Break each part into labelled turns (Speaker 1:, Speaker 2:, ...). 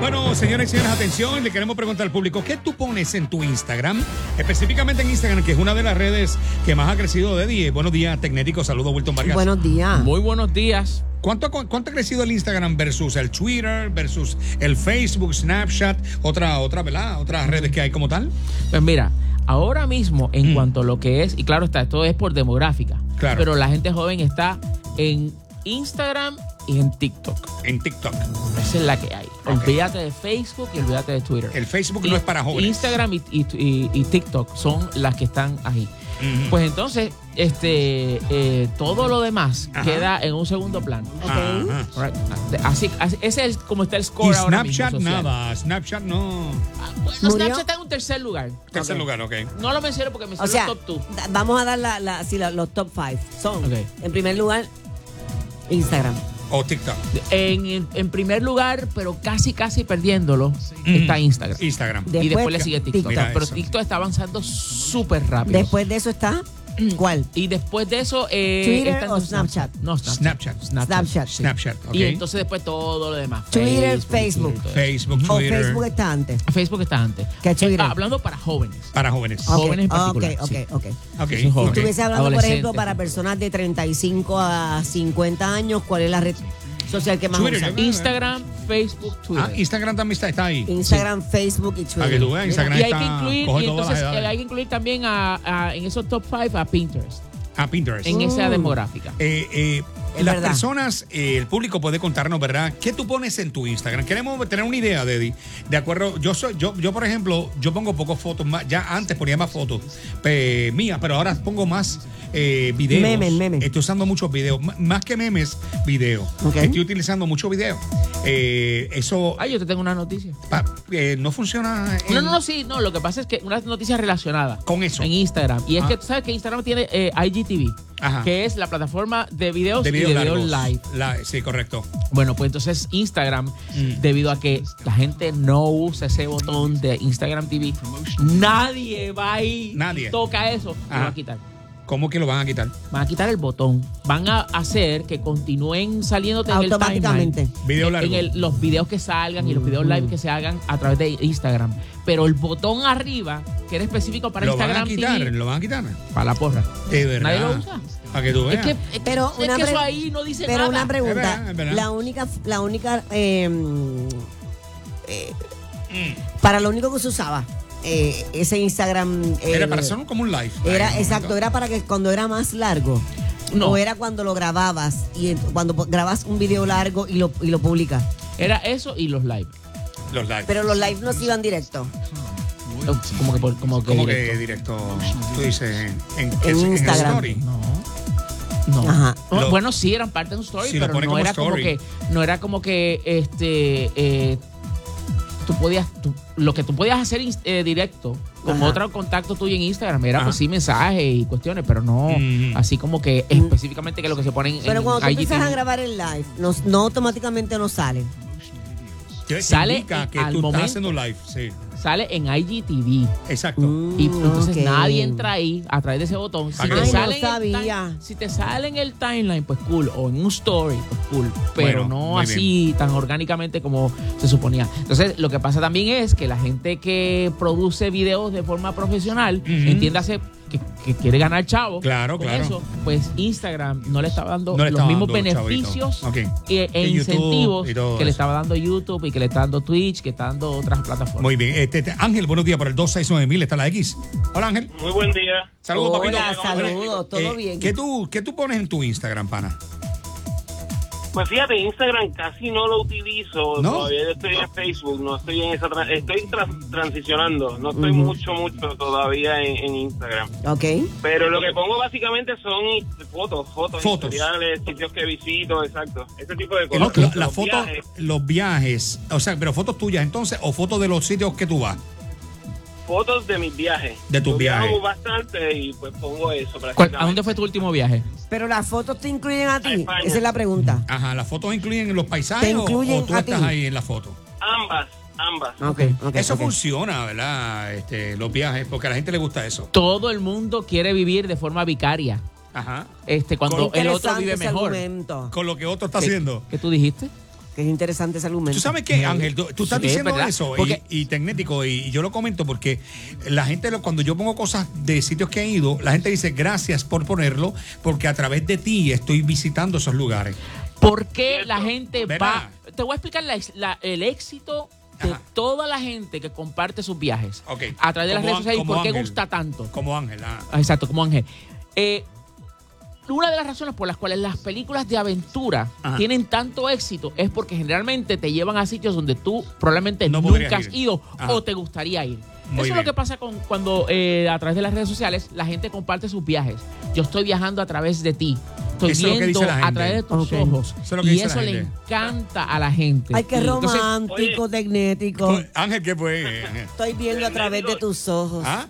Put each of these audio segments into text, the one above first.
Speaker 1: Bueno, señores y señores, atención, le queremos preguntar al público, ¿qué tú pones en tu Instagram? Específicamente en Instagram, que es una de las redes que más ha crecido de 10. Buenos días, Tecnético. Saludos, Wilton Vargas.
Speaker 2: Buenos
Speaker 1: Ah.
Speaker 2: días.
Speaker 3: Muy buenos días.
Speaker 1: ¿Cuánto, cu- ¿Cuánto ha crecido el Instagram versus el Twitter, versus el Facebook, Snapchat, otra, otra, ¿verdad? Otras redes que hay como tal.
Speaker 3: Pues mira, ahora mismo, en cuanto a lo que es, y claro está, esto es por demográfica.
Speaker 1: Mm. Claro.
Speaker 3: Pero la gente joven está en Instagram y en TikTok.
Speaker 1: En TikTok.
Speaker 3: Esa es la que hay. Olvídate de Facebook y olvídate de Twitter.
Speaker 1: El Facebook no es para jóvenes.
Speaker 3: Instagram y, y- y- y TikTok son las que están ahí.
Speaker 1: Ujú.
Speaker 3: Pues entonces, este, eh, todo lo demás
Speaker 1: Ajá.
Speaker 3: queda en un segundo plano.
Speaker 1: Ajá.
Speaker 3: Alright. Así, así- ese es como está el
Speaker 1: Y
Speaker 3: score ahora mismo
Speaker 1: Snapchat
Speaker 3: social.
Speaker 1: nada, Snapchat no.
Speaker 3: Ah, bueno,
Speaker 2: Murió.
Speaker 3: Snapchat está en un tercer lugar.
Speaker 1: Tercer
Speaker 2: Ok.
Speaker 1: lugar, ok.
Speaker 3: No lo menciono porque me
Speaker 2: O
Speaker 3: salió
Speaker 2: sea,
Speaker 3: top 2.
Speaker 2: da- vamos a dar la, la- sí, la- los top 5. Son,
Speaker 3: Ok.
Speaker 2: en primer lugar, Instagram.
Speaker 1: O TikTok.
Speaker 3: En, en- en primer lugar, pero casi, casi perdiéndolo, está Instagram. Y,
Speaker 1: Instagram.
Speaker 2: De-
Speaker 3: después
Speaker 2: Después
Speaker 3: le sigue TikTok.
Speaker 1: TikTok. Mira
Speaker 3: Pero
Speaker 1: eso.
Speaker 3: TikTok está avanzando súper rápido.
Speaker 2: Después de eso está, ¿cuál?
Speaker 3: y después de eso... Eh,
Speaker 2: ¿Twitter
Speaker 3: está en
Speaker 2: o Snapchat?
Speaker 3: No, Snapchat.
Speaker 1: Snapchat.
Speaker 2: Snapchat.
Speaker 3: sí.
Speaker 1: Snapchat, ok.
Speaker 3: Y entonces después todo lo demás.
Speaker 2: Twitter, Facebook.
Speaker 3: Twitter, todo eso.
Speaker 1: Facebook,
Speaker 2: O
Speaker 1: Twitter.
Speaker 2: Facebook está antes.
Speaker 3: Facebook está antes.
Speaker 2: ¿Qué Twitter?
Speaker 3: Eh, hablando para jóvenes.
Speaker 1: Para jóvenes.
Speaker 3: Ah, Jóvenes en
Speaker 2: Ok,
Speaker 3: particular,
Speaker 2: ok,
Speaker 3: sí.
Speaker 2: ok.
Speaker 1: Ok,
Speaker 3: Eso es joven.
Speaker 1: ok.
Speaker 2: Estuviese hablando, por ejemplo,
Speaker 3: Adolescentes.
Speaker 2: para personas de 35 a 50 años, ¿cuál es la red social que más
Speaker 1: Twitter,
Speaker 2: usan?
Speaker 1: yo-
Speaker 3: Instagram, Facebook, Twitter.
Speaker 1: Ah, Instagram también está, está ahí.
Speaker 2: Instagram, Facebook y
Speaker 1: Para que
Speaker 2: Twitter.
Speaker 1: tú veas, Instagram
Speaker 3: y hay
Speaker 1: está.
Speaker 3: que incluir,
Speaker 1: coge
Speaker 3: y
Speaker 1: todas
Speaker 3: entonces
Speaker 1: las edades.
Speaker 3: eh, hay que incluir también a, a- en esos top 5 a Pinterest,
Speaker 1: A Pinterest.
Speaker 3: en esa
Speaker 2: Mm.
Speaker 3: demográfica.
Speaker 1: Eh, eh,
Speaker 2: Es
Speaker 1: las
Speaker 2: verdad.
Speaker 1: personas, eh, el público puede contarnos, ¿verdad? ¿Qué tú pones en tu Instagram? Queremos tener una idea, Deddy. De acuerdo, yo soy, yo, yo por ejemplo, yo pongo pocos fotos más. Ya antes ponía más fotos eh, mías, pero ahora pongo más eh, videos.
Speaker 2: Memes, memes.
Speaker 1: Estoy usando muchos videos, M- más que memes, videos.
Speaker 2: Ok.
Speaker 1: Estoy utilizando muchos videos. Eh, eso
Speaker 3: Ay, yo te tengo una noticia.
Speaker 1: pa- eh, no funciona. en-
Speaker 3: No, no, no, sí, no, lo que pasa es que una noticia relacionada
Speaker 1: Con eso.
Speaker 3: en Instagram. Y es
Speaker 1: Ah.
Speaker 3: que tú sabes que Instagram tiene eh, IGTV,
Speaker 1: Ajá.
Speaker 3: que es la plataforma de videos,
Speaker 1: de videos
Speaker 3: y de videos
Speaker 1: largos.
Speaker 3: live.
Speaker 1: La- sí, correcto.
Speaker 3: Bueno, pues entonces Instagram,
Speaker 1: Mm.
Speaker 3: debido a que la gente no usa ese botón de Instagram TV, nadie va ahí y
Speaker 1: Nadie.
Speaker 3: toca eso, lo
Speaker 1: Ajá.
Speaker 3: va a quitar.
Speaker 1: ¿Cómo que lo van a quitar?
Speaker 3: Van a quitar el botón. Van a hacer que continúen saliéndote en el timeline.
Speaker 2: Automáticamente.
Speaker 1: Video largo.
Speaker 3: en el- los videos que salgan y los videos live que se hagan a través de Instagram. Pero el botón arriba, que era específico para
Speaker 1: lo van
Speaker 3: Instagram
Speaker 1: a quitar,
Speaker 3: TV,
Speaker 1: lo van a quitar.
Speaker 3: para la porra.
Speaker 1: De verdad.
Speaker 3: Nadie lo usa.
Speaker 1: Para que tú
Speaker 3: Es
Speaker 1: veas.
Speaker 3: que, es que-
Speaker 2: Pero
Speaker 3: es
Speaker 2: una
Speaker 3: que eso
Speaker 2: pre-
Speaker 3: ahí no dice
Speaker 2: Pero
Speaker 3: nada.
Speaker 2: una pregunta,
Speaker 1: Es verdad, es verdad.
Speaker 2: la única, la única, eh, eh,
Speaker 1: Mm.
Speaker 2: para lo único que se usaba eh, ese Instagram eh,
Speaker 1: Era para hacer como un live.
Speaker 2: era-
Speaker 1: Ahí, un
Speaker 2: exacto,
Speaker 1: momento.
Speaker 2: era para que cuando era más largo.
Speaker 3: No.
Speaker 2: O era cuando lo grababas y ent- cuando po- grabas un video largo y lo, y lo publicas.
Speaker 3: Era eso y los live.
Speaker 1: Los live.
Speaker 2: Pero los live no se iban directo.
Speaker 3: Oh, Como que, por- como que
Speaker 1: como
Speaker 3: directo.
Speaker 1: que directo. Tú dices en, en,
Speaker 2: En
Speaker 1: en el
Speaker 2: Instagram.
Speaker 1: story.
Speaker 3: No. No.
Speaker 2: Ajá.
Speaker 3: No,
Speaker 1: Lo-
Speaker 3: bueno, sí, eran parte de un story,
Speaker 1: Sí, lo
Speaker 3: pero
Speaker 1: pone
Speaker 3: no
Speaker 1: como
Speaker 3: era
Speaker 1: story.
Speaker 3: como que. No era como que este. eh, tú podías. tú- lo que tú podías hacer ins- eh, directo con
Speaker 2: Ajá.
Speaker 3: otro contacto tuyo en Instagram era
Speaker 1: Ajá.
Speaker 3: pues sí mensajes y cuestiones, pero no
Speaker 1: Mm.
Speaker 3: así como que específicamente que lo que se ponen en
Speaker 2: Pero cuando tú
Speaker 3: IGTV.
Speaker 2: empiezas a grabar el live, no, no automáticamente no sale.
Speaker 1: Te- te
Speaker 3: Sale
Speaker 1: indica que
Speaker 3: al
Speaker 1: tú
Speaker 3: momento.
Speaker 1: estás haciendo live. Sí.
Speaker 3: sale en IGTV.
Speaker 1: Exacto.
Speaker 3: Y entonces
Speaker 2: Mm, ok.
Speaker 3: nadie entra ahí a través de ese botón. Si
Speaker 1: Ah,
Speaker 3: te,
Speaker 1: no
Speaker 3: sale en el
Speaker 2: sabía.
Speaker 3: time- si te sale en el timeline, pues cool. O en un story, pues cool. Pero
Speaker 1: Bueno,
Speaker 3: no
Speaker 1: muy
Speaker 3: así tan orgánicamente como se suponía. Entonces, lo que pasa también es que la gente que produce videos de forma profesional,
Speaker 1: Ujú.
Speaker 3: entiéndase que, que quiere ganar chavo.
Speaker 1: Claro,
Speaker 3: con
Speaker 1: claro.
Speaker 3: eso, pues Instagram no le estaba dando
Speaker 1: No le
Speaker 3: los
Speaker 1: estaba
Speaker 3: mismos
Speaker 1: dando,
Speaker 3: beneficios
Speaker 1: chavito. Ok.
Speaker 3: e, e
Speaker 1: Y YouTube
Speaker 3: incentivos
Speaker 1: y
Speaker 3: que
Speaker 1: todo
Speaker 3: le
Speaker 1: eso.
Speaker 3: estaba dando YouTube y que le está dando Twitch, que está dando otras plataformas.
Speaker 1: Muy bien. Este, este, Ángel, buenos días por el 269000. Está la X. Hola, Ángel.
Speaker 4: Muy buen día.
Speaker 1: Saludos,
Speaker 2: Hola,
Speaker 1: papito.
Speaker 2: saludos, todo
Speaker 1: Eh,
Speaker 2: bien.
Speaker 1: ¿qué tú, ¿Qué tú pones en tu Instagram, pana?
Speaker 4: Pues fíjate, Instagram casi no lo utilizo.
Speaker 1: ¿No?
Speaker 4: Todavía yo estoy en Facebook, no estoy en esa. tra- estoy tra- transicionando. No estoy
Speaker 2: Ujú.
Speaker 4: mucho, mucho todavía en, en Instagram.
Speaker 2: ¿Ok?
Speaker 4: Pero lo que pongo básicamente son i- fotos,
Speaker 1: Fotos.
Speaker 4: fotos, tutoriales, sitios que visito, exacto. Ese tipo de
Speaker 1: Las
Speaker 4: cosas. Los
Speaker 1: fotos, Eh, la foto,
Speaker 4: viajes,
Speaker 1: los viajes. O sea, pero fotos tuyas entonces o fotos de los sitios que tú vas.
Speaker 4: fotos de mis viajes.
Speaker 1: De tus
Speaker 4: Yo viajo
Speaker 1: viajes.
Speaker 4: bastante y pues pongo eso.
Speaker 3: ¿Cuál-
Speaker 4: prácticamente.
Speaker 3: ¿A dónde fue tu último viaje?
Speaker 2: Pero las fotos te incluyen a
Speaker 4: A
Speaker 2: ti.
Speaker 4: España.
Speaker 2: Esa es la pregunta.
Speaker 1: Ajá, las fotos incluyen los paisajes
Speaker 2: Te
Speaker 1: o-
Speaker 2: incluyen
Speaker 1: o, tú
Speaker 2: a
Speaker 1: estás
Speaker 2: ti.
Speaker 1: ahí en la foto.
Speaker 4: Ambas, ambas.
Speaker 2: Ok, ok,
Speaker 1: eso
Speaker 2: ok.
Speaker 1: funciona, ¿verdad? Este, los viajes, porque a la gente le gusta eso.
Speaker 3: todo el mundo quiere vivir de forma vicaria.
Speaker 1: Ajá.
Speaker 3: Este, cuando
Speaker 2: Qué
Speaker 3: el otro
Speaker 2: interesante
Speaker 3: vive
Speaker 2: ese
Speaker 3: mejor.
Speaker 2: argumento.
Speaker 1: Con lo que otro está
Speaker 3: ¿Qué,
Speaker 1: haciendo.
Speaker 3: qué tú dijiste?
Speaker 2: que es interesante ese argumento.
Speaker 1: Tú sabes qué, Ángel, tú, tú estás
Speaker 3: Sí, es
Speaker 1: diciendo
Speaker 3: verdad,
Speaker 1: eso
Speaker 3: porque-
Speaker 1: y, y tecnético, y, y yo lo comento porque la gente, lo- cuando yo pongo cosas de sitios que he ido, la gente dice gracias por ponerlo, porque a través de ti estoy visitando esos lugares.
Speaker 3: ¿Por qué
Speaker 4: Cierto.
Speaker 3: la gente
Speaker 1: Verá.
Speaker 3: va? Te voy a explicar la ex- la- el éxito de
Speaker 1: Ajá.
Speaker 3: toda la gente que comparte sus viajes
Speaker 1: Ok.
Speaker 3: a través de las
Speaker 1: Como
Speaker 3: redes
Speaker 1: An-
Speaker 3: sociales y
Speaker 1: como
Speaker 3: por qué
Speaker 1: Ángel.
Speaker 3: gusta tanto.
Speaker 1: Como Ángel, ah.
Speaker 3: Ah, Exacto, como Ángel. Eh, una de las razones por las cuales las películas de aventura
Speaker 1: Ajá.
Speaker 3: tienen tanto éxito es porque generalmente te llevan a sitios donde tú probablemente
Speaker 1: No podrías
Speaker 3: nunca has
Speaker 1: ir.
Speaker 3: ido
Speaker 1: Ajá.
Speaker 3: o te gustaría ir.
Speaker 1: Muy
Speaker 3: Eso es
Speaker 1: bien.
Speaker 3: lo que pasa con cuando eh, a través de las redes sociales la gente comparte sus viajes. Yo estoy viajando a través de ti. Estoy
Speaker 1: Eso es lo que
Speaker 3: viendo
Speaker 1: dice la
Speaker 3: a
Speaker 1: gente.
Speaker 3: través de tus
Speaker 2: Ok.
Speaker 3: ojos.
Speaker 1: Eso es lo que
Speaker 3: y
Speaker 1: dice la
Speaker 3: eso le
Speaker 1: gente.
Speaker 3: encanta a la gente.
Speaker 2: Ay, qué
Speaker 3: Y entonces,
Speaker 2: romántico, tecnético.
Speaker 1: Co- Ángel, ¿qué fue? Ángel?
Speaker 2: Estoy viendo a través de tus ojos.
Speaker 1: ¿Ah?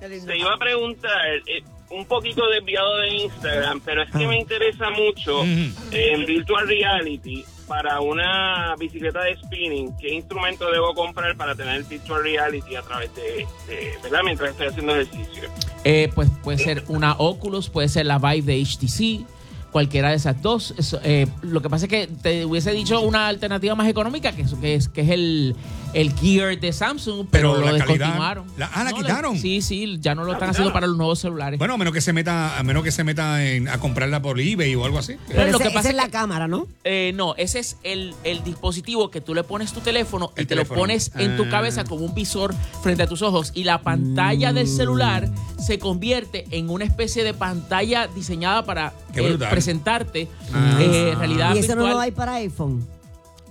Speaker 2: Qué lindo.
Speaker 4: Te iba a preguntar, eh, un poquito desviado de Instagram, pero es que me interesa mucho
Speaker 1: Ujú.
Speaker 4: eh, en virtual reality para una bicicleta de spinning, ¿qué instrumento debo comprar para tener virtual reality a través de, de- ¿verdad? Mientras estoy haciendo ejercicio.
Speaker 3: Eh, pues puede ser una Oculus, puede ser la Vive de HTC, cualquiera de esas dos. Eso, eh, lo que pasa es que te hubiese dicho una alternativa más económica, que es, que es, que es el, el Gear de Samsung, pero,
Speaker 1: Pero
Speaker 3: lo
Speaker 1: la calidad-
Speaker 3: descontinuaron.
Speaker 1: la- ah, la
Speaker 3: No, le-
Speaker 1: quitaron.
Speaker 3: sí, sí, ya no lo están haciendo para los nuevos celulares.
Speaker 1: Bueno, a menos que se meta, a menos que se meta en- a comprarla por eBay o algo así.
Speaker 2: Pero
Speaker 3: lo
Speaker 2: ese-
Speaker 3: que
Speaker 2: esa
Speaker 3: pasa
Speaker 2: es la
Speaker 3: que-
Speaker 2: cámara, ¿no?
Speaker 3: Eh, no, ese es el, el dispositivo que tú le pones tu teléfono y
Speaker 1: El
Speaker 3: te
Speaker 1: teléfono.
Speaker 3: lo pones en
Speaker 1: Ah. Mm.
Speaker 3: tu cabeza como un visor frente a tus ojos. Y la pantalla del celular se convierte en una especie de pantalla diseñada para
Speaker 1: Qué
Speaker 3: eh,
Speaker 1: brutal.
Speaker 3: presentarte
Speaker 1: Ah.
Speaker 3: eh, realidad
Speaker 2: y eso
Speaker 3: virtual.
Speaker 2: no lo hay para iPhone.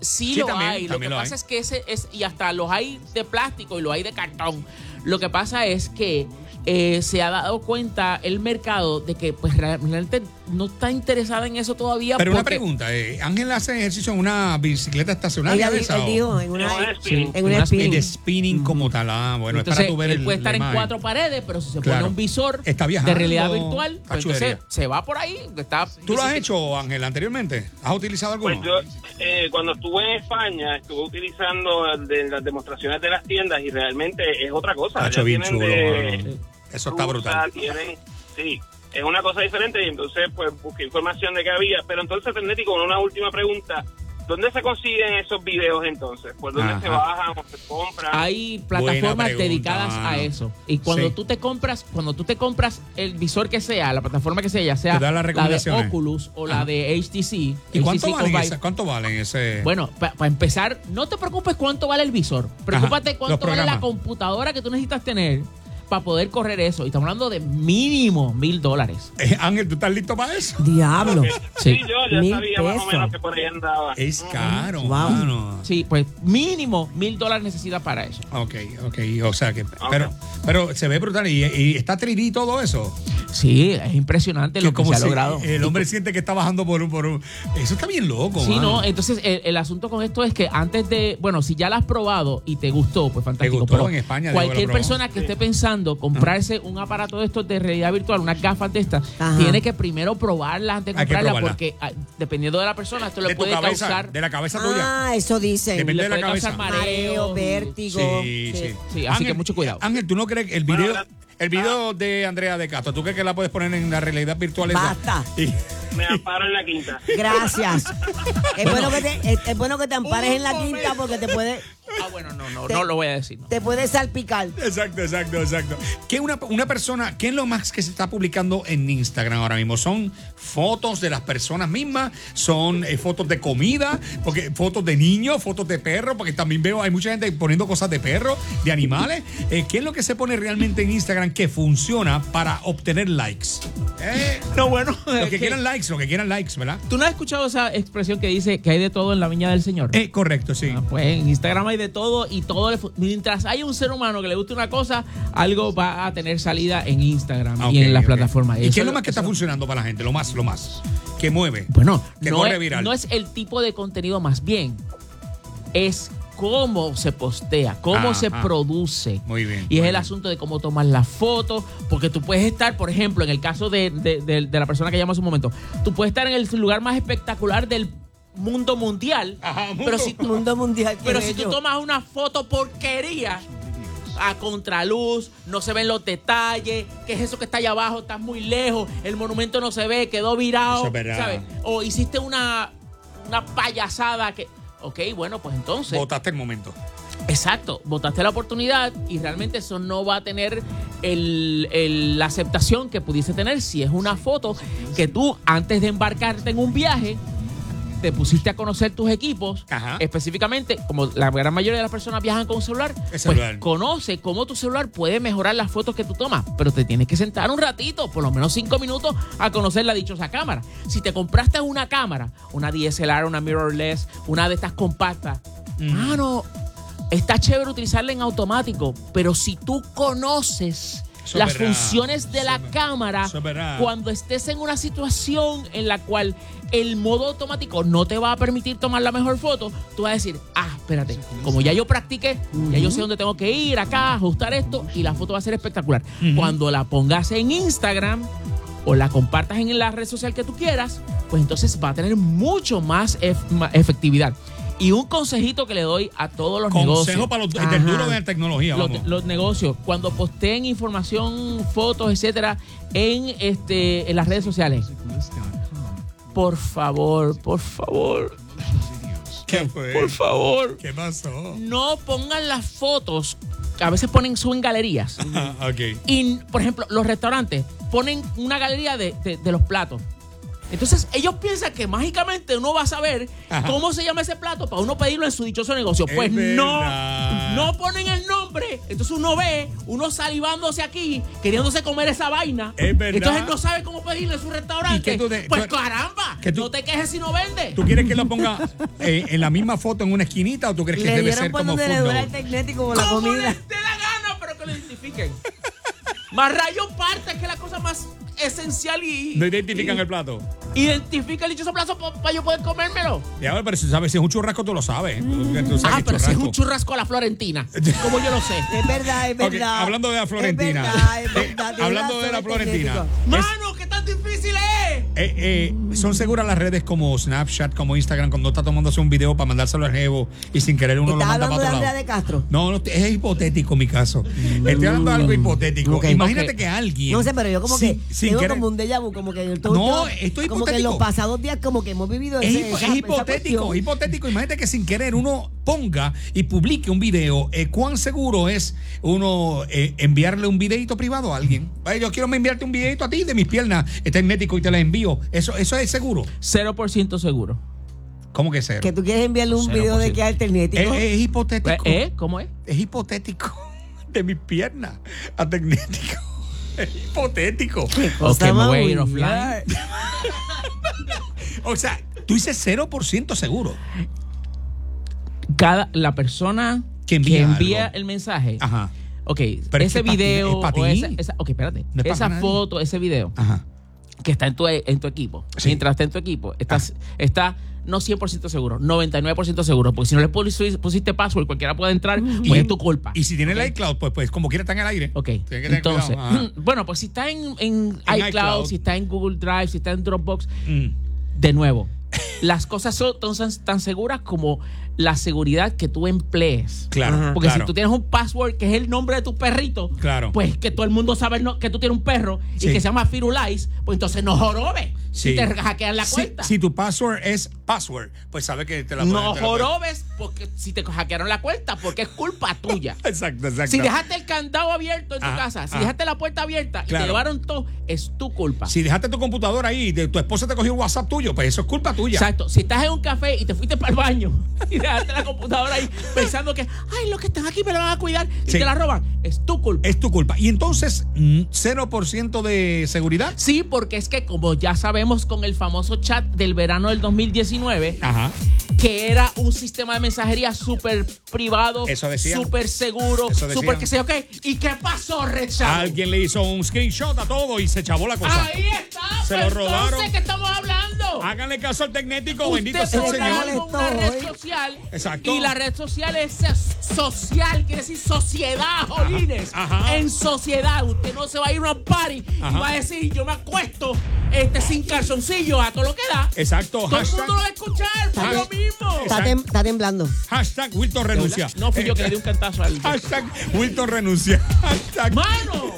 Speaker 3: Sí,
Speaker 1: Sí,
Speaker 3: lo
Speaker 1: también,
Speaker 3: hay.
Speaker 1: también
Speaker 3: lo
Speaker 1: lo
Speaker 3: que
Speaker 1: hay.
Speaker 3: pasa es que ese es. Y hasta los hay de plástico y los hay de cartón. Lo que pasa es que eh, se ha dado cuenta el mercado de que pues realmente no está interesada en eso todavía.
Speaker 1: Pero una
Speaker 3: porque-
Speaker 1: pregunta, eh, Ángel hace ejercicio en una bicicleta estacionaria
Speaker 2: Ella
Speaker 1: de
Speaker 2: di-
Speaker 1: esa,
Speaker 2: él
Speaker 1: o-
Speaker 2: dijo en una,
Speaker 4: En una spinning.
Speaker 2: en una
Speaker 3: En una
Speaker 1: El de
Speaker 2: spinning.
Speaker 1: spinning como tal, ah, bueno,
Speaker 3: entonces,
Speaker 1: es para tu ver
Speaker 3: él
Speaker 1: el,
Speaker 3: puede estar
Speaker 1: la
Speaker 3: en
Speaker 1: imagen.
Speaker 3: cuatro paredes, pero si se
Speaker 1: Claro.
Speaker 3: pone un visor
Speaker 1: Está
Speaker 3: de
Speaker 1: viajando,
Speaker 3: realidad virtual, pues entonces
Speaker 1: cachudería.
Speaker 3: se va por ahí. Está,
Speaker 1: ¿Tú lo has hecho, Ángel, anteriormente? ¿Has utilizado alguno?
Speaker 4: Pues yo, eh, cuando estuve en España, estuve utilizando el de las demostraciones de las tiendas y realmente es otra cosa.
Speaker 1: Tacho,
Speaker 4: Ya
Speaker 1: bien
Speaker 4: tienen
Speaker 1: chulo,
Speaker 4: de-
Speaker 1: mano. Eso está
Speaker 4: rusa,
Speaker 1: brutal.
Speaker 4: tienen- sí, es una cosa diferente y entonces pues busqué información de que había. Pero entonces, Tecnético, con una última pregunta. ¿Dónde se consiguen esos videos entonces? ¿Por dónde se
Speaker 1: Ajá.
Speaker 4: bajan o se compran?
Speaker 3: Hay
Speaker 1: Buena
Speaker 3: plataformas
Speaker 1: pregunta,
Speaker 3: dedicadas a
Speaker 1: mano.
Speaker 3: eso. Y cuando
Speaker 1: Sí.
Speaker 3: tú te compras, cuando tú te compras el visor que sea, la plataforma que sea, ya sea
Speaker 1: Te da las
Speaker 3: la de
Speaker 1: recomendaciones.
Speaker 3: Oculus o
Speaker 1: Ajá.
Speaker 3: la de HTC.
Speaker 1: ¿Y cuánto
Speaker 3: HTC
Speaker 1: valen,
Speaker 3: Vive,
Speaker 1: esa- eh? cuánto valen ese?
Speaker 3: Bueno, para empezar, no te preocupes cuánto vale el visor.
Speaker 1: Ajá,
Speaker 3: Preocúpate
Speaker 1: los
Speaker 3: cuánto vale
Speaker 1: programas.
Speaker 3: la computadora que tú necesitas tener para poder correr eso. Y estamos hablando de mínimo mil dólares.
Speaker 1: Eh, Ángel, ¿tú estás listo para eso?
Speaker 2: Diablo.
Speaker 4: sí, yo ya
Speaker 2: Mil
Speaker 4: sabía más o
Speaker 2: pesos.
Speaker 4: menos que por ahí andaba.
Speaker 1: Es caro,
Speaker 2: Wow.
Speaker 1: mano.
Speaker 3: Sí, pues mínimo mil dólares necesitas para eso.
Speaker 1: Ok, ok, o sea que. Pero, pero se ve brutal y, y está 3D todo eso.
Speaker 3: Sí, es impresionante
Speaker 1: Que pues,
Speaker 3: lo que
Speaker 1: como
Speaker 3: se ha
Speaker 1: si
Speaker 3: logrado.
Speaker 1: El hombre siente que está bajando por un, por un. Eso está bien loco,
Speaker 3: Sí,
Speaker 1: mano.
Speaker 3: no, entonces el, el asunto con esto es que antes de, bueno, si ya la has probado y te gustó, pues fantástico.
Speaker 1: gustó,
Speaker 3: pero
Speaker 1: en España, digo,
Speaker 3: cualquier
Speaker 1: lo probó.
Speaker 3: persona que esté pensando comprarse un aparato de estos de realidad virtual, unas gafas de estas,
Speaker 2: Ajá.
Speaker 3: tiene que primero probarlas antes de
Speaker 1: Hay que
Speaker 3: comprarlas
Speaker 1: probarlas.
Speaker 3: porque ah, dependiendo de la persona esto
Speaker 1: de
Speaker 3: le
Speaker 1: tu
Speaker 3: puede
Speaker 1: cabeza,
Speaker 3: causar
Speaker 1: de la cabeza tuya.
Speaker 2: Ah, eso
Speaker 1: Depende
Speaker 2: dicen.
Speaker 1: de
Speaker 3: le
Speaker 1: la
Speaker 3: puede causar
Speaker 1: cabeza.
Speaker 2: Mareo,
Speaker 3: mareos y-
Speaker 2: vértigo.
Speaker 1: sí, sí.
Speaker 3: Sí, así que mucho cuidado.
Speaker 1: Ángel, ¿tú no crees que el
Speaker 4: Bueno,
Speaker 1: video,
Speaker 4: ahora-
Speaker 1: el video de Andrea de Castro, ¿tú crees que la puedes poner en la realidad virtual? esa?
Speaker 2: Basta.
Speaker 1: Y-
Speaker 4: Me amparo en la quinta.
Speaker 2: Gracias. es, bueno que te, es, es bueno que te ampares en la
Speaker 3: Un momento.
Speaker 2: quinta porque te puede,
Speaker 3: Ah, bueno, no, no,
Speaker 2: Te-
Speaker 3: no lo voy a decir. no.
Speaker 2: te puede salpicar.
Speaker 1: Exacto, exacto, exacto. ¿Qué una, una persona, qué es lo más que se está publicando en Instagram ahora mismo? ¿Son fotos de las personas mismas? ¿Son eh, fotos de comida? Porque fotos de niños, fotos de perros, porque también veo, hay mucha gente poniendo cosas de perros, de animales. Eh, ¿Qué es lo que se pone realmente en Instagram que funciona para obtener likes? Eh,
Speaker 3: No, bueno,
Speaker 1: los que
Speaker 3: que-
Speaker 1: quieran likes, los que quieran likes, ¿verdad?
Speaker 3: ¿Tú no has escuchado esa expresión que dice que hay de todo en la viña del Señor?
Speaker 1: Eh, correcto, sí.
Speaker 3: Ah, Pues en Instagram hay de todo y todo. le fu- Mientras haya un ser humano que le guste una cosa, algo va a tener salida en Instagram
Speaker 1: Ah,
Speaker 3: y
Speaker 1: ok,
Speaker 3: en las
Speaker 1: ok.
Speaker 3: plataformas.
Speaker 1: ¿Y
Speaker 3: Eso-
Speaker 1: qué es lo más que está
Speaker 3: eso-
Speaker 1: funcionando para la gente? Lo más, lo más. Que mueve.
Speaker 3: Bueno,
Speaker 1: Que
Speaker 3: no
Speaker 1: corre
Speaker 3: es,
Speaker 1: viral.
Speaker 3: no es el tipo de contenido más bien, es cómo se postea, cómo se
Speaker 1: Ajá.
Speaker 3: produce.
Speaker 1: Muy bien, muy
Speaker 3: Y es
Speaker 1: bien.
Speaker 3: el asunto de cómo tomar las fotos, porque tú puedes estar, por ejemplo, en el caso de, de- de- de la persona que llamó hace un momento, tú puedes estar en el lugar más espectacular del mundo mundial,
Speaker 1: Ajá, mundo.
Speaker 3: pero si tú
Speaker 2: Mundo mundial.
Speaker 3: Pero
Speaker 2: qué
Speaker 3: si tú
Speaker 2: bello.
Speaker 3: tomas una foto porquería a contraluz, no se ven los detalles, qué es eso que está allá abajo, estás muy lejos, el monumento no se ve, quedó virado,
Speaker 1: Eso es verdad.
Speaker 3: ¿sabes? O hiciste una una payasada que Ok, bueno, pues entonces.
Speaker 1: Votaste el momento.
Speaker 3: Exacto, votaste la oportunidad y realmente eso no va a tener el- el- la aceptación que pudiese tener si es una foto que tú antes de embarcarte en un viaje te pusiste a conocer tus equipos,
Speaker 1: Ajá.
Speaker 3: específicamente, como la gran mayoría de las personas viajan con celular,
Speaker 1: El
Speaker 3: pues
Speaker 1: celular.
Speaker 3: conoce cómo tu celular puede mejorar las fotos que tú tomas, pero te tienes que sentar un ratito, por lo menos cinco minutos, a conocer la dichosa cámara. Si te compraste una cámara, una DSLR, una mirrorless, una de estas compactas, mano, está chévere utilizarla en automático, pero si tú conoces
Speaker 1: Eso es
Speaker 3: las
Speaker 1: verdad.
Speaker 3: funciones de
Speaker 1: Eso
Speaker 3: la
Speaker 1: es ver-
Speaker 3: cámara,
Speaker 1: eso es verdad.
Speaker 3: cuando cuando estés en una situación en la cual el modo automático no te va a permitir tomar la mejor foto, tú vas a decir, ah, espérate, como ya yo practiqué, ya yo sé dónde tengo que ir, acá, ajustar esto, y la foto va a ser espectacular. Cuando la pongas en Instagram o la compartas en la red social que tú quieras, pues entonces va a tener mucho más ef- ma- efectividad. Y un consejito que le doy a todos los
Speaker 1: Consejo
Speaker 3: negocios.
Speaker 1: para los du-
Speaker 2: Ajá.
Speaker 1: del duro de la tecnología,
Speaker 3: Los,
Speaker 1: vamos.
Speaker 3: los negocios, cuando posteen información, fotos, etcétera, en este en las redes sociales, por favor, por favor,
Speaker 1: ¿Qué fue?
Speaker 3: por favor,
Speaker 1: ¿Qué pasó?
Speaker 3: no pongan las fotos. A veces ponen suben galerías.
Speaker 1: Ah, ok.
Speaker 3: Y, por ejemplo, los restaurantes ponen una galería de, de- de los platos. Entonces, ellos piensan que mágicamente uno va a saber
Speaker 1: Ajá.
Speaker 3: cómo se llama ese plato para uno pedirlo en su dichoso negocio.
Speaker 1: Es
Speaker 3: Pues no,
Speaker 1: verdad.
Speaker 3: no ponen el nombre. Entonces uno ve, uno salivándose aquí, queriéndose comer esa vaina.
Speaker 1: Es verdad.
Speaker 3: Entonces no sabe cómo pedirle en su
Speaker 1: ¿Y qué
Speaker 3: restaurante.
Speaker 1: tú de-
Speaker 3: pues
Speaker 1: tú-
Speaker 3: caramba,
Speaker 1: que tú-
Speaker 3: no te quejes si no vende.
Speaker 1: ¿Tú quieres que lo ponga eh, en la misma foto en una esquinita o tú crees que
Speaker 2: Le
Speaker 1: debe
Speaker 2: dieron
Speaker 1: ser
Speaker 2: por
Speaker 1: como
Speaker 2: donde le duele el
Speaker 1: fondo?
Speaker 2: tecnético como la
Speaker 3: Como
Speaker 2: comida.
Speaker 3: les dé la gana, pero que lo identifiquen. más rayo parte, es que es la cosa más esencial y...
Speaker 1: No identifican el plato.
Speaker 3: Identifica el dichoso plazo para yo poder comérmelo.
Speaker 1: Ya, pero, si sabes, si es un churrasco, tú lo sabes.
Speaker 2: Mm.
Speaker 1: Tú- tú sabes
Speaker 3: Ah,
Speaker 1: que
Speaker 3: pero si es un churrasco a la Florentina. Como yo lo sé.
Speaker 2: Es verdad, es verdad.
Speaker 1: Ok, hablando de la Florentina.
Speaker 2: Es verdad, es
Speaker 1: Eh,
Speaker 2: verdad.
Speaker 1: hablando de la
Speaker 2: soy
Speaker 1: Florentina.
Speaker 2: tecnético.
Speaker 3: Mano, qué tan difícil es.
Speaker 1: Eh, eh, ¿Son seguras las redes como Snapchat, como Instagram, cuando está tomándose un video para mandárselo al jevo y sin querer uno lo
Speaker 2: ¿Estás
Speaker 1: manda
Speaker 2: hablando de
Speaker 1: para otro
Speaker 2: Andrea
Speaker 1: lado?
Speaker 2: de Castro?
Speaker 1: No, no, es hipotético mi caso. Estoy hablando de algo hipotético.
Speaker 2: Ok.
Speaker 1: Imagínate
Speaker 3: Ok.
Speaker 1: que alguien.
Speaker 2: No sé, pero yo como
Speaker 1: sin-
Speaker 2: que
Speaker 1: sin
Speaker 2: tengo
Speaker 1: querer-
Speaker 2: como un déjà vu, como que
Speaker 1: No,
Speaker 2: todo-
Speaker 1: esto es
Speaker 2: como que en
Speaker 1: hipotético.
Speaker 2: los pasados días como que hemos vivido
Speaker 1: Es,
Speaker 2: ese-
Speaker 1: hipo-
Speaker 2: esa-
Speaker 1: es
Speaker 2: esa
Speaker 1: hipotético,
Speaker 2: cuestión.
Speaker 1: hipotético. Imagínate que sin querer uno ponga y publique un video. eh, ¿Cuán seguro es uno eh, enviarle un videito privado a alguien? Ay, yo quiero enviarte un videito a ti de mis piernas, está y te las envío. Eso, eso es seguro.
Speaker 3: 0% seguro.
Speaker 1: ¿Cómo que cero?
Speaker 2: Que tú quieres enviarle un
Speaker 3: Cero
Speaker 2: video
Speaker 3: por
Speaker 2: de
Speaker 3: ciento.
Speaker 2: que alternético.
Speaker 1: Es, es hipotético.
Speaker 3: ¿Eh? ¿Cómo es?
Speaker 1: Es hipotético. De mis piernas a tecnético. Es hipotético.
Speaker 3: Ok,
Speaker 2: Cosa
Speaker 3: me
Speaker 2: más
Speaker 3: voy a ir
Speaker 2: vulgar.
Speaker 3: offline.
Speaker 1: O sea, tú dices 0% seguro.
Speaker 3: Cada, la persona
Speaker 1: Que
Speaker 3: que
Speaker 1: envía
Speaker 3: envía,
Speaker 1: algo.
Speaker 3: el mensaje.
Speaker 1: Ajá.
Speaker 3: Ok,
Speaker 1: Pero es
Speaker 3: ese
Speaker 1: que es pa' ti, es
Speaker 3: video.
Speaker 1: pa'
Speaker 3: o
Speaker 1: ti.
Speaker 3: esa, esa- ok, espérate.
Speaker 1: No es pa'
Speaker 3: esa
Speaker 1: nadie.
Speaker 3: foto, ese video.
Speaker 1: Ajá.
Speaker 3: que está en tu, en tu equipo.
Speaker 1: Sí.
Speaker 3: Mientras está en tu equipo, estás, está no 100% seguro, 99% seguro. Porque si no le pusiste, pusiste password, cualquiera puede entrar, pues es tu culpa.
Speaker 1: Mm. Y si tiene el iCloud, pues, pues como quiera están al aire.
Speaker 3: Ok,
Speaker 1: Tiene que tener
Speaker 3: entonces,
Speaker 1: cuidado. Ajá.
Speaker 3: bueno, pues si está en, en
Speaker 1: En
Speaker 3: iCloud,
Speaker 1: iCloud.
Speaker 3: si está en Google Drive, si está en Dropbox,
Speaker 1: Mm.
Speaker 3: de nuevo, las cosas son tan, tan seguras como la seguridad que tú emplees.
Speaker 1: Claro,
Speaker 2: Ajá.
Speaker 3: Porque
Speaker 1: claro.
Speaker 3: si tú tienes un password que es el nombre de tu perrito,
Speaker 1: Claro.
Speaker 3: pues que todo el mundo sabe no- que tú tienes un perro
Speaker 1: Sí.
Speaker 3: y que se llama Firulais, pues entonces no jorobes
Speaker 1: Sí.
Speaker 3: si te hackean la
Speaker 1: Si-
Speaker 3: cuenta.
Speaker 1: Si, tu password es password, pues sabe que te la pueden-
Speaker 3: No
Speaker 1: te la pueden-
Speaker 3: jorobes porque si te hackearon la cuenta, porque es culpa tuya.
Speaker 1: Exacto, exacto.
Speaker 3: Si dejaste el candado abierto en tu
Speaker 1: Ajá,
Speaker 3: casa, si
Speaker 1: ajá.
Speaker 3: dejaste la puerta abierta y
Speaker 1: Claro.
Speaker 3: te llevaron todo, es tu culpa.
Speaker 1: Si dejaste tu computadora ahí y te- tu esposa te cogió un WhatsApp tuyo, pues eso es culpa tuya.
Speaker 3: Exacto. Si estás en un café y te fuiste para el baño y dejaste la computadora ahí pensando que, ay, los que están aquí me la van a cuidar y
Speaker 1: Sí.
Speaker 3: te la roban, es tu culpa.
Speaker 1: Es tu culpa. Y entonces, mm, 0% de seguridad.
Speaker 3: Sí, porque es que como ya sabemos con el famoso chat del verano del 2019,
Speaker 1: Ajá.
Speaker 3: que era un sistema de mensajería súper privado,
Speaker 1: Eso decían.
Speaker 3: súper seguro,
Speaker 1: Eso decían.
Speaker 3: súper que sé yo qué. ¿Y qué pasó, Red Shadow?
Speaker 1: Alguien le hizo un screenshot a todo y se chavó la cosa.
Speaker 3: Ahí está,
Speaker 1: Se
Speaker 3: pues
Speaker 1: lo robaron.
Speaker 3: entonces que estamos hablando.
Speaker 1: Háganle caso al tecnético, bendito
Speaker 3: Usted
Speaker 1: sea el
Speaker 3: pone
Speaker 1: Señor.
Speaker 3: algo en una
Speaker 2: Molesto
Speaker 3: red
Speaker 2: hoy.
Speaker 3: social
Speaker 1: Exacto.
Speaker 3: y la red social es social, quiere decir sociedad, jolines.
Speaker 1: ajá.
Speaker 3: En sociedad, usted no se va a ir a una party
Speaker 1: Ajá.
Speaker 3: y va a decir, yo me acuesto este, sin calzoncillo a todo lo que da.
Speaker 1: Exacto.
Speaker 3: Todo el
Speaker 1: oh, Hashtag,
Speaker 3: mundo lo va a escuchar, por
Speaker 1: Hashtag-
Speaker 3: lo mismo.
Speaker 2: Está, tem- está temblando.
Speaker 1: hashtag Wilton renuncia.
Speaker 3: No fui yo que le di un cantazo al...
Speaker 1: Hashtag Wilton renuncia. Hashtag
Speaker 3: ¡Mano!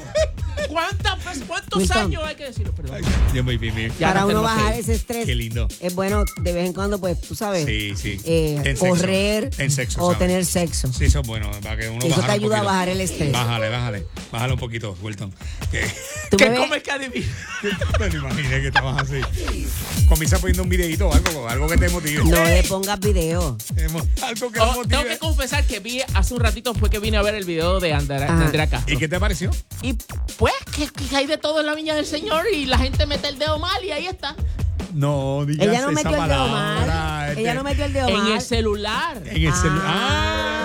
Speaker 3: ¿Cuántas Pues, ¿Cuántos
Speaker 2: Milton.
Speaker 3: años hay que decirlo? Perdón.
Speaker 1: Ay, Dios mío, mío, mío.
Speaker 3: Ya
Speaker 2: para
Speaker 3: no
Speaker 2: uno
Speaker 3: tengo
Speaker 2: bajar
Speaker 3: seis.
Speaker 2: ese estrés.
Speaker 1: Qué lindo.
Speaker 2: Es bueno de vez en cuando, pues, tú sabes,
Speaker 1: Sí, sí.
Speaker 2: eh,
Speaker 1: Ten sexo.
Speaker 2: correr
Speaker 1: Ten sexo,
Speaker 2: o
Speaker 1: ¿sabes?
Speaker 2: tener sexo.
Speaker 1: Sí, eso es bueno, para que uno
Speaker 2: Eso te
Speaker 1: bajara un
Speaker 2: ayuda a
Speaker 1: poquito.
Speaker 2: bajar el estrés.
Speaker 1: Bájale, bájale. Bájale un poquito, Wilton. Que-
Speaker 2: Tú me
Speaker 3: ¿Qué
Speaker 2: ves-
Speaker 3: comes que adivina?
Speaker 1: No te imaginé que estabas así. Comienza poniendo un videito o algo, algo que te motive.
Speaker 2: No le pongas video.
Speaker 1: Emo- Algo que te
Speaker 3: Oh, tengo
Speaker 1: motive.
Speaker 3: que confesar que vi hace un ratito fue que vine a ver el video de Andrea,
Speaker 2: Ajá.
Speaker 3: de Andrea Castro.
Speaker 1: ¿Y qué te pareció?
Speaker 3: Y pues que, que hay de todo en la viña del Señor y la gente mete el dedo mal y ahí está.
Speaker 1: No, digas
Speaker 2: Ella no
Speaker 1: esa
Speaker 2: metió el dedo
Speaker 1: palabra. este,
Speaker 2: mal. Ella no metió el dedo
Speaker 3: En el
Speaker 2: mal.
Speaker 3: celular.
Speaker 1: En el celular.
Speaker 2: Ah.
Speaker 1: Ah.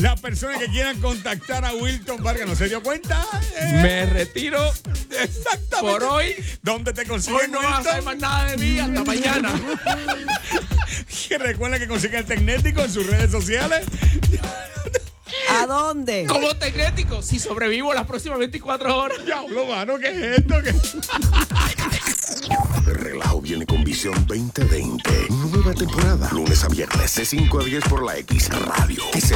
Speaker 1: Las personas que quieran contactar a Wilton Vargas no se dio cuenta. Eh,
Speaker 3: Me retiro.
Speaker 1: Exactamente.
Speaker 3: Por hoy.
Speaker 1: ¿Dónde te
Speaker 3: Hoy
Speaker 1: consiguen,
Speaker 3: no vas a saber más
Speaker 1: Wilton?
Speaker 3: nada de mí hasta mañana.
Speaker 1: Que Recuerda que consigue el Tecnético en sus redes sociales.
Speaker 2: ¿A dónde?
Speaker 3: Como tecnético, si sobrevivo las próximas 24 horas.
Speaker 1: Diablo, mano, ¿qué es esto? ¿Qué-
Speaker 5: El relajo viene con Visión 2020. Nueva temporada. Lunes a viernes de 5 a 10 por la X Radio. Y se